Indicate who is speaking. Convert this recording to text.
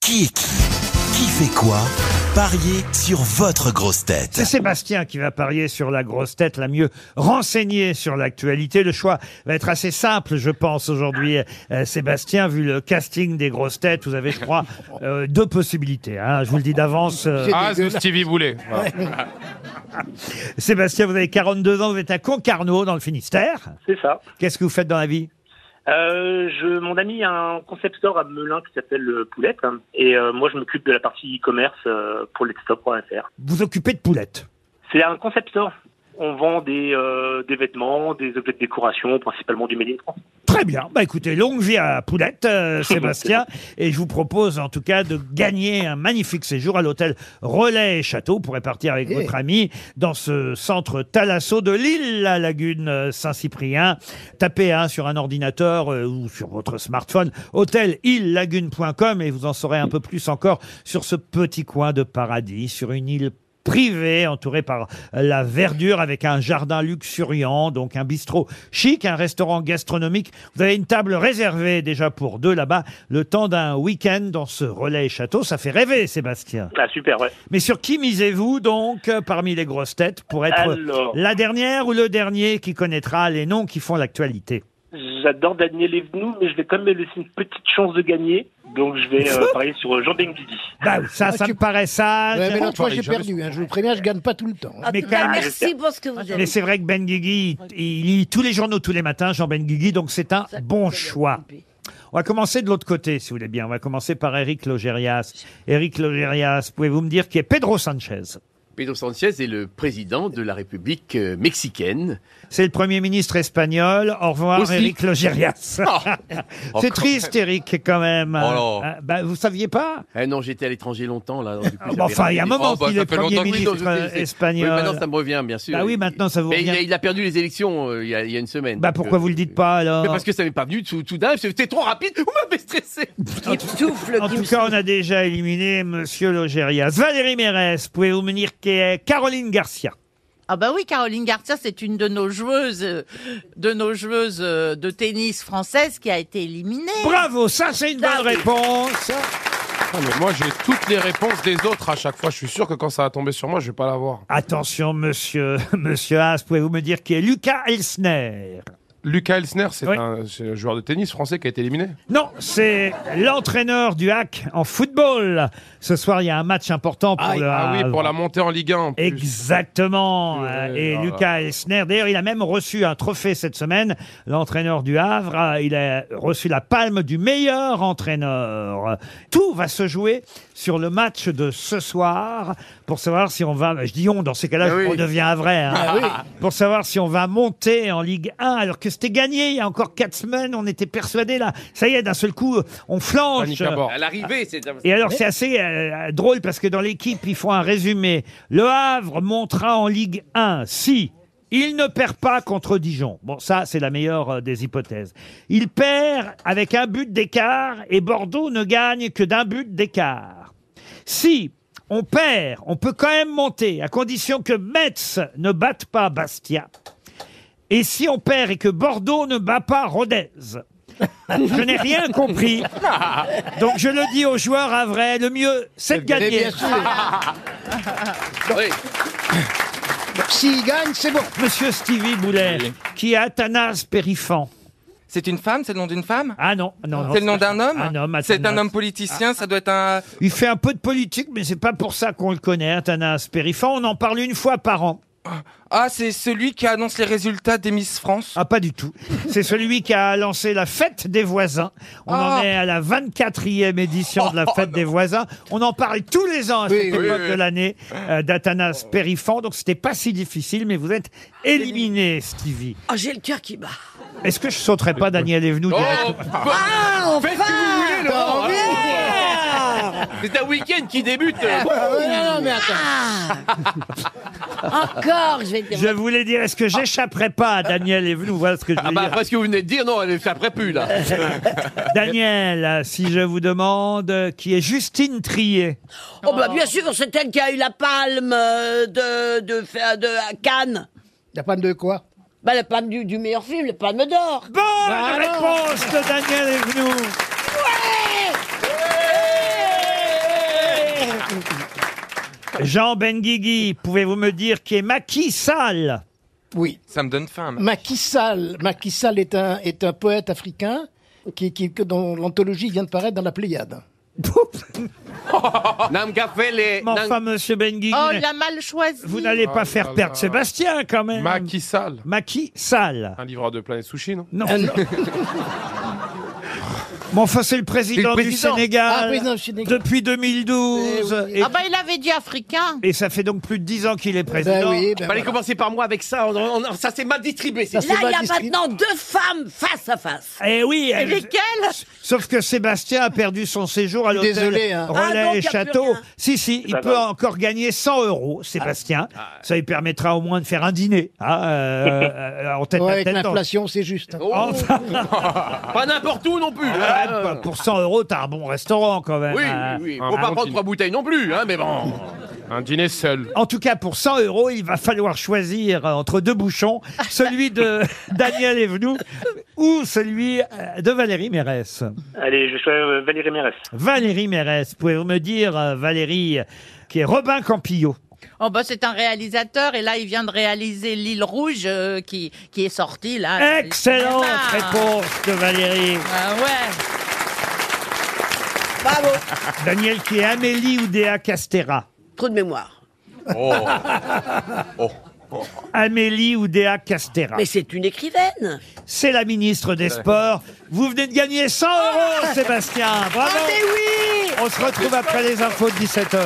Speaker 1: Qui est qui Qui fait quoi Pariez sur votre grosse tête.
Speaker 2: C'est Sébastien qui va parier sur la grosse tête, la mieux renseignée sur l'actualité. Le choix va être assez simple, je pense, aujourd'hui. Euh, Sébastien, vu le casting des grosses têtes, vous avez, je crois, euh, deux possibilités. hein. Je vous le dis d'avance. euh,
Speaker 3: Ah, c'est Stevie Boulet. Voilà.
Speaker 2: Sébastien, vous avez 42 ans, vous êtes à Concarneau, dans le Finistère.
Speaker 4: C'est ça.
Speaker 2: Qu'est-ce que vous faites dans la vie
Speaker 4: Euh, je, mon ami a un concept store à Melun qui s'appelle euh, Poulette. hein, et euh, moi, je m'occupe de la partie e-commerce euh, pour letstop.fr.
Speaker 2: Vous occupez de poulettes.
Speaker 4: C'est un concept store. On vend des, euh, des vêtements, des objets de décoration, principalement du Made in France.
Speaker 2: Très bien. Bah écoutez, longue vie à Poulette, euh, Sébastien. Et je vous propose en tout cas de gagner un magnifique séjour à l'hôtel Relais et Château. Vous pourrez partir avec votre ami dans ce centre Thalasso de Lille, la lagune euh, Saint-Cyprien. Tapez hein, sur un ordinateur euh, ou sur votre smartphone hôtelillelagune.com et vous en saurez un peu plus encore sur ce petit coin de paradis, sur une île privé, entouré par la verdure avec un jardin luxuriant, donc un bistrot chic, un restaurant gastronomique. Vous avez une table réservée déjà pour deux là-bas, le temps d'un week-end dans ce relais château. Ça fait rêver, Sébastien.
Speaker 4: Ah, super, ouais.
Speaker 2: Mais sur qui misez-vous donc euh, parmi les grosses têtes pour être euh,
Speaker 4: Alors.
Speaker 2: la dernière ou le dernier qui connaîtra les noms qui font l'actualité
Speaker 4: J'adore Daniel Evenou, mais je vais quand même me laisser une petite chance de gagner. Donc, je vais euh, parier sur euh, Jean Benguidi.
Speaker 2: Bah oui, ça,
Speaker 5: Ah,
Speaker 2: ça
Speaker 5: tu-
Speaker 2: me paraît sage.
Speaker 5: Ouais, mais l'autre fois,
Speaker 3: Paris,
Speaker 5: j'ai
Speaker 3: jamais
Speaker 5: perdu. hein. Je vous préviens, je gagne pas tout le temps. hein.
Speaker 6: Ah,
Speaker 2: Mais
Speaker 6: bah,
Speaker 2: quand même-
Speaker 6: merci pour ce que vous
Speaker 2: Mais
Speaker 6: avez
Speaker 2: c'est vrai que Ben Guigui, il, il lit tous les journaux tous les matins, Jean Ben Guigui, donc c'est un bon choix. On va commencer de l'autre côté, si vous voulez bien. On va commencer par Eric Logérias. Eric Logérias, pouvez-vous me dire qui est Pedro Sanchez
Speaker 7: Pedro Sanchez est le président de la République euh, mexicaine.
Speaker 2: C'est le Premier ministre espagnol. Au revoir,
Speaker 7: Aussi.
Speaker 2: Eric Logérias.
Speaker 7: Oh,
Speaker 2: C'est
Speaker 7: quand
Speaker 2: triste, Eric, quand même.
Speaker 7: Oh là.
Speaker 2: Hein, bah, vous saviez pas
Speaker 7: Ah non, j'étais à l'étranger longtemps là. donc du coup,
Speaker 2: Ah, Bon,
Speaker 7: j'avais
Speaker 2: Enfin, il y a un
Speaker 7: raté
Speaker 2: moment
Speaker 7: des-
Speaker 3: bah,
Speaker 2: qu'il
Speaker 3: ça
Speaker 2: est
Speaker 3: fait
Speaker 2: Premier
Speaker 7: longtemps que-
Speaker 2: ministre euh,
Speaker 7: Oui, non, je sais, je sais. Oui,
Speaker 2: espagnol.
Speaker 7: maintenant ça me revient, bien sûr.
Speaker 2: Bah oui, maintenant, ça vous
Speaker 7: Mais il a,
Speaker 2: revient.
Speaker 7: il a perdu les élections euh, il, y a, il y a une semaine.
Speaker 2: Bah, pourquoi
Speaker 7: Donc,
Speaker 2: vous le
Speaker 7: euh,
Speaker 2: dites pas, alors
Speaker 7: mais parce que ça m'est pas venu tout, tout d'un. C'était trop rapide. Vous m'avez stressé.
Speaker 6: Qui me souffle,
Speaker 2: En
Speaker 6: qui
Speaker 2: tout
Speaker 6: me
Speaker 2: cas, on a déjà éliminé Monsieur Logérias. Valérie Mérès, pouvez-vous me dire qui est Caroline Garcia
Speaker 8: Ah bah oui, Caroline Garcia, c'est une de nos joueuses, euh, de nos joueuses euh, de tennis françaises qui a été éliminée.
Speaker 2: Bravo, ça c'est une bonne réponse.
Speaker 3: Ah, mais moi, j'ai toutes les réponses des autres à chaque fois. Je suis sûr que quand ça va tomber sur moi, je vais pas l'avoir.
Speaker 2: Attention, monsieur, monsieur Haas, pouvez-vous me dire qui est Lucas Elsner
Speaker 3: Lucas Elsner, c'est
Speaker 2: Oui.
Speaker 3: un, c'est un joueur de tennis français qui a été éliminé.
Speaker 2: Non, c'est l'entraîneur du hack en football. Ce soir, il y a un match important pour le
Speaker 3: Ah oui,
Speaker 2: Havre.
Speaker 3: pour la montée en Ligue 1. en plus.
Speaker 2: Exactement.
Speaker 3: Ouais,
Speaker 2: Euh, et
Speaker 3: voilà.
Speaker 2: Lucas Elsner, d'ailleurs, il a même reçu un trophée cette semaine. L'entraîneur du Havre, euh, il a reçu la palme du meilleur entraîneur. Tout va se jouer sur le match de ce soir pour savoir si on va. Je dis on, dans ces cas-là,
Speaker 7: Ah oui.
Speaker 2: on devient à vrai. hein.
Speaker 5: Ah oui.
Speaker 2: Pour savoir si on va monter en Ligue 1, alors que c'était gagné il y a encore quatre semaines, on était persuadés là. Ça y est, d'un seul coup, on flanche.
Speaker 3: Panique à bord.
Speaker 7: À l'arrivée, c'est.
Speaker 2: Et alors, c'est assez euh, drôle parce que dans l'équipe, ils font un résumé. Le Havre montera en Ligue 1 si il ne perd pas contre Dijon. Bon, ça, c'est la meilleure euh, des hypothèses. Il perd avec un but d'écart et Bordeaux ne gagne que d'un but d'écart. Si on perd, on peut quand même monter, à condition que Metz ne batte pas Bastia. Et si on perd et que Bordeaux ne bat pas Rodez Je n'ai rien compris. Donc je le dis aux joueurs à vrai, le mieux, c'est de
Speaker 5: Mais
Speaker 2: gagner.
Speaker 5: bien sûr.
Speaker 6: Ah.
Speaker 5: S'il gagne, c'est bon.
Speaker 2: Ah, Monsieur Stevie Boulet, qui est Athanas Périfant.
Speaker 9: C'est une femme, c'est le nom d'une femme
Speaker 2: Ah non, non, non.
Speaker 9: C'est le nom d'un homme
Speaker 2: Un homme,
Speaker 9: C'est un
Speaker 2: Athanas.
Speaker 9: homme politicien, ça doit être un...
Speaker 2: Il fait un peu de politique, mais c'est pas pour ça qu'on le connaît, Athanas Périfant. On en parle une fois par an.
Speaker 9: Ah, c'est celui qui annonce les résultats des Miss France
Speaker 2: Ah, pas du tout. C'est celui qui a lancé la fête des voisins. On en
Speaker 9: Ah. Oh,
Speaker 2: est à la 24e édition de la fête des voisins. On en parle tous les ans à cette
Speaker 5: oui,
Speaker 2: époque de l'année euh, d'Athanas Périfant. Donc c'était pas si difficile, mais vous êtes éliminé, Stevie.
Speaker 6: Oh, j'ai le cœur qui bat.
Speaker 2: Est-ce que je sauterai pas Daniel Evenou
Speaker 7: Oh,
Speaker 2: direct
Speaker 6: Ah,
Speaker 7: faites ce que
Speaker 6: enfin
Speaker 7: vous voulez, Laurent.
Speaker 5: envie
Speaker 7: C'est un week-end qui débute. euh,
Speaker 5: Ah, ouais, non, non, mais attends.
Speaker 6: Encore, je vais te
Speaker 2: Je voulais dire, est-ce que j'échapperai pas à Daniel Evenou Voilà ce que je
Speaker 7: Ah
Speaker 2: voulais
Speaker 7: bah,
Speaker 2: dire.
Speaker 7: parce que vous venez de dire, non, elle ne ferait plus là.
Speaker 2: Daniel, euh, si je vous demande euh, qui est Justine Trier.
Speaker 6: Oh, bah, bien sûr, c'est elle qui a eu la palme euh, de, de, de, à Cannes.
Speaker 5: La panne de quoi
Speaker 6: Bah, la palme du, du meilleur film, la palme d'or.
Speaker 2: Bonne réponse de Daniel Evenou Jean Benguigui, pouvez-vous me dire qui est Macky Sall
Speaker 5: Oui.
Speaker 9: Ça me donne faim. ma-
Speaker 5: Macky Sall. Macky Sall est un, est un poète africain qui, qui, que dont l'anthologie vient de paraître dans la Pléiade.
Speaker 7: Namgafele.
Speaker 2: Mais Enfin, monsieur Benguigui,
Speaker 8: Oh, il a mal choisi.
Speaker 2: vous n'allez
Speaker 3: Ah
Speaker 2: pas
Speaker 3: là
Speaker 2: faire
Speaker 3: là.
Speaker 2: perdre Sébastien quand même.
Speaker 3: Macky Sall,
Speaker 2: Macky Sall.
Speaker 3: un livreur de Planète Sushi, non
Speaker 2: Non.
Speaker 5: Ah, non.
Speaker 2: Mais enfin, c'est le président,
Speaker 7: C'est le
Speaker 2: du
Speaker 7: président.
Speaker 2: Sénégal.
Speaker 5: Ah, président du Sénégal.
Speaker 2: Depuis 2012.
Speaker 5: Eh
Speaker 2: Et,
Speaker 8: Ah bah il avait dit africain.
Speaker 2: et ça fait donc plus de 10 ans qu'il est
Speaker 5: Ben
Speaker 2: président.
Speaker 5: oui, ben
Speaker 7: Fallait
Speaker 5: voilà.
Speaker 7: commencer par moi avec ça. on- on- on- ça, c'est mal distribué. c'est-
Speaker 5: Ça,
Speaker 6: Là,
Speaker 5: c'est
Speaker 6: il
Speaker 5: mal
Speaker 6: y a
Speaker 5: distribué.
Speaker 6: maintenant deux femmes face à face.
Speaker 2: Eh oui,
Speaker 8: Et
Speaker 2: elle-
Speaker 8: lesquels
Speaker 2: sauf que Sébastien a perdu son séjour à l'hôtel
Speaker 5: Désolé, hein.
Speaker 2: Relais
Speaker 6: Ah, donc,
Speaker 2: et
Speaker 6: y a plus
Speaker 2: Château.
Speaker 6: rien.
Speaker 2: Si, si, il
Speaker 4: Ça
Speaker 2: peut
Speaker 4: va.
Speaker 2: encore gagner 100 euros, Sébastien.
Speaker 7: Ah,
Speaker 2: Ça lui permettra au moins de faire un dîner hein, euh, euh, en tête
Speaker 5: Ouais,
Speaker 2: à
Speaker 5: avec
Speaker 2: tête. en-
Speaker 5: l'inflation, c'est juste.
Speaker 7: Oh,
Speaker 2: Enfin, Ah,
Speaker 7: Pas n'importe où non plus. hein.
Speaker 2: quand même, pour 100 euros, t'as un bon restaurant quand même.
Speaker 7: Oui,
Speaker 2: hein.
Speaker 7: oui, oui.
Speaker 3: Un
Speaker 7: Faut pas
Speaker 3: bon
Speaker 7: prendre
Speaker 3: dîner.
Speaker 7: trois bouteilles non plus, hein, mais bon.
Speaker 3: Un dîner seul.
Speaker 2: En tout cas, pour 100 euros, il va falloir choisir euh, entre deux bouchons, celui de Daniel Evenou ou celui euh, de Valérie Mérès.
Speaker 4: Allez, je choisis euh, Valérie Mérès.
Speaker 2: Valérie Mérès, pouvez-vous me dire, euh, Valérie, qui est Robin Campillo
Speaker 8: Oh bah c'est un réalisateur et là il vient de réaliser L'île rouge euh, qui qui est sorti là.
Speaker 2: Excellente
Speaker 8: Ah.
Speaker 2: réponse de Valérie.
Speaker 8: Ah ouais.
Speaker 6: Bravo.
Speaker 2: Daniel, qui est Amélie Oudéa Castera.
Speaker 6: Trop de mémoire.
Speaker 2: Amélie Oudéa Castera.
Speaker 6: Mais c'est une écrivaine.
Speaker 2: C'est la ministre des Sports. Vous venez de gagner 100 euros, Sébastien. Bravo.
Speaker 6: Ah. oui
Speaker 2: On se retrouve après les infos de 17h.